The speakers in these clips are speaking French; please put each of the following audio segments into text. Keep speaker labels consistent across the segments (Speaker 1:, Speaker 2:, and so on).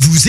Speaker 1: Vous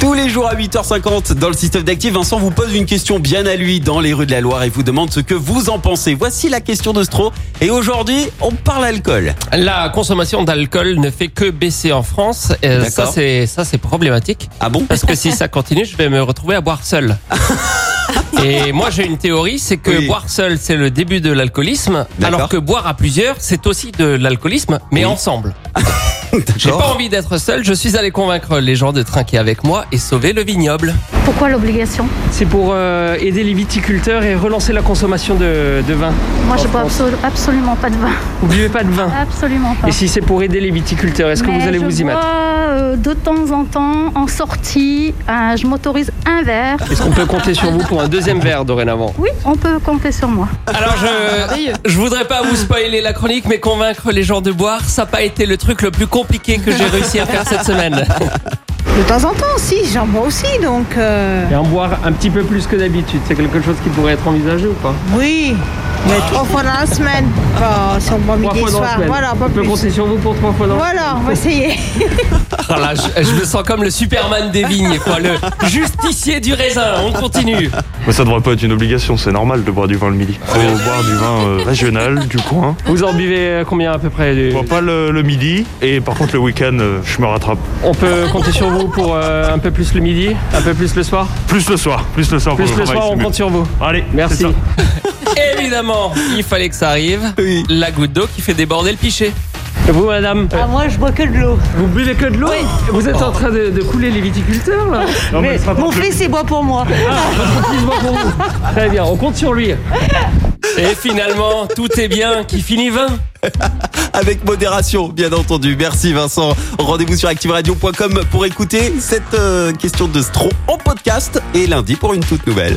Speaker 2: Tous les jours à 8h50 dans le système d'actifs, Vincent vous pose une question bien à lui dans les rues de la Loire et vous demande ce que vous en pensez. Voici la question de Stro. Et aujourd'hui, on parle alcool.
Speaker 3: La consommation d'alcool ne fait que baisser en France. Euh,
Speaker 2: D'accord.
Speaker 3: ça, c'est ça, c'est problématique.
Speaker 2: Ah bon
Speaker 3: Parce que si ça continue, je vais me retrouver à boire seul. Et moi, j'ai une théorie, c'est que
Speaker 2: Oui.
Speaker 3: boire seul, c'est le début de l'alcoolisme,
Speaker 2: D'accord.
Speaker 3: alors que boire à plusieurs, c'est aussi de l'alcoolisme, mais
Speaker 2: Oui.
Speaker 3: ensemble. J'ai pas
Speaker 2: D'accord.
Speaker 3: envie d'être seul. Je suis allé convaincre les gens de trinquer avec moi et sauver le vignoble.
Speaker 4: Pourquoi l'obligation
Speaker 5: C'est pour euh, aider les viticulteurs et relancer la consommation de, de vin.
Speaker 4: Moi, je
Speaker 5: En
Speaker 4: bois
Speaker 5: France.
Speaker 4: absolu- absolument pas de vin.
Speaker 5: N'oubliez pas de vin.
Speaker 4: Absolument pas.
Speaker 5: Et si c'est pour aider les viticulteurs, est-ce que
Speaker 4: Mais
Speaker 5: vous allez
Speaker 4: je
Speaker 5: vous y
Speaker 4: bois,
Speaker 5: mettre
Speaker 4: euh, de temps en temps, en sortie, euh, je m'autorise un verre.
Speaker 5: Est-ce qu'on peut compter sur vous pour un deuxième verre dorénavant
Speaker 4: Oui, on peut compter sur moi.
Speaker 3: Alors, je, je voudrais pas vous spoiler la chronique, mais convaincre les gens de boire, ça n'a pas été le truc le plus compliqué que j'ai réussi à faire cette semaine.
Speaker 6: De temps en temps, si, j'en bois aussi, donc euh,
Speaker 5: Et en boire un petit peu plus que d'habitude, c'est quelque chose qui pourrait être envisagé ou pas
Speaker 6: oui. Mais trois fois dans la semaine. Enfin, si on boit
Speaker 5: Trois
Speaker 6: midi et
Speaker 5: fois dans la
Speaker 6: soir,
Speaker 5: semaine.
Speaker 6: voilà, pas
Speaker 5: On peut
Speaker 6: plus.
Speaker 5: compter sur vous pour trois fois dans la
Speaker 6: Voilà, on va essayer.
Speaker 3: Oh là, je, je me sens comme le Superman des vignes, quoi, le justicier du raisin. On continue.
Speaker 7: Mais ça devrait pas être une obligation, c'est normal de boire du vin le midi.
Speaker 5: Ah
Speaker 7: Faut boire du vin euh, régional, du coin.
Speaker 5: Vous en buvez euh, combien à peu près du-
Speaker 7: Je bois pas le, le midi, et par contre le week-end, euh, je me rattrape.
Speaker 5: On peut compter sur vous pour euh, un peu plus le midi, un peu plus le soir
Speaker 7: Plus le soir, plus le soir.
Speaker 5: Plus
Speaker 7: pour
Speaker 5: le
Speaker 7: travail,
Speaker 5: soir,
Speaker 7: c'est
Speaker 5: on
Speaker 7: mieux.
Speaker 5: compte sur vous.
Speaker 7: Allez, c'est
Speaker 5: Merci.
Speaker 7: ça.
Speaker 3: Évidemment, il fallait que ça arrive. La goutte d'eau qui fait déborder le pichet.
Speaker 5: Et vous, madame,
Speaker 3: Ah.
Speaker 5: euh,
Speaker 6: Ah, moi, je bois que de l'eau.
Speaker 5: vous buvez que de l'eau Vous
Speaker 3: Oh.
Speaker 5: êtes en train de, de couler les viticulteurs là
Speaker 7: Non, mais c'est pas
Speaker 6: Mon
Speaker 7: pour-
Speaker 6: fils, il boit pour moi.
Speaker 5: Très bien, on compte sur lui.
Speaker 3: Et finalement, tout est bien qui finit 20.
Speaker 2: Avec modération, bien entendu. Merci Vincent. Rendez-vous sur activeradio.com pour écouter cette euh, question de Stro en podcast et lundi pour une toute nouvelle.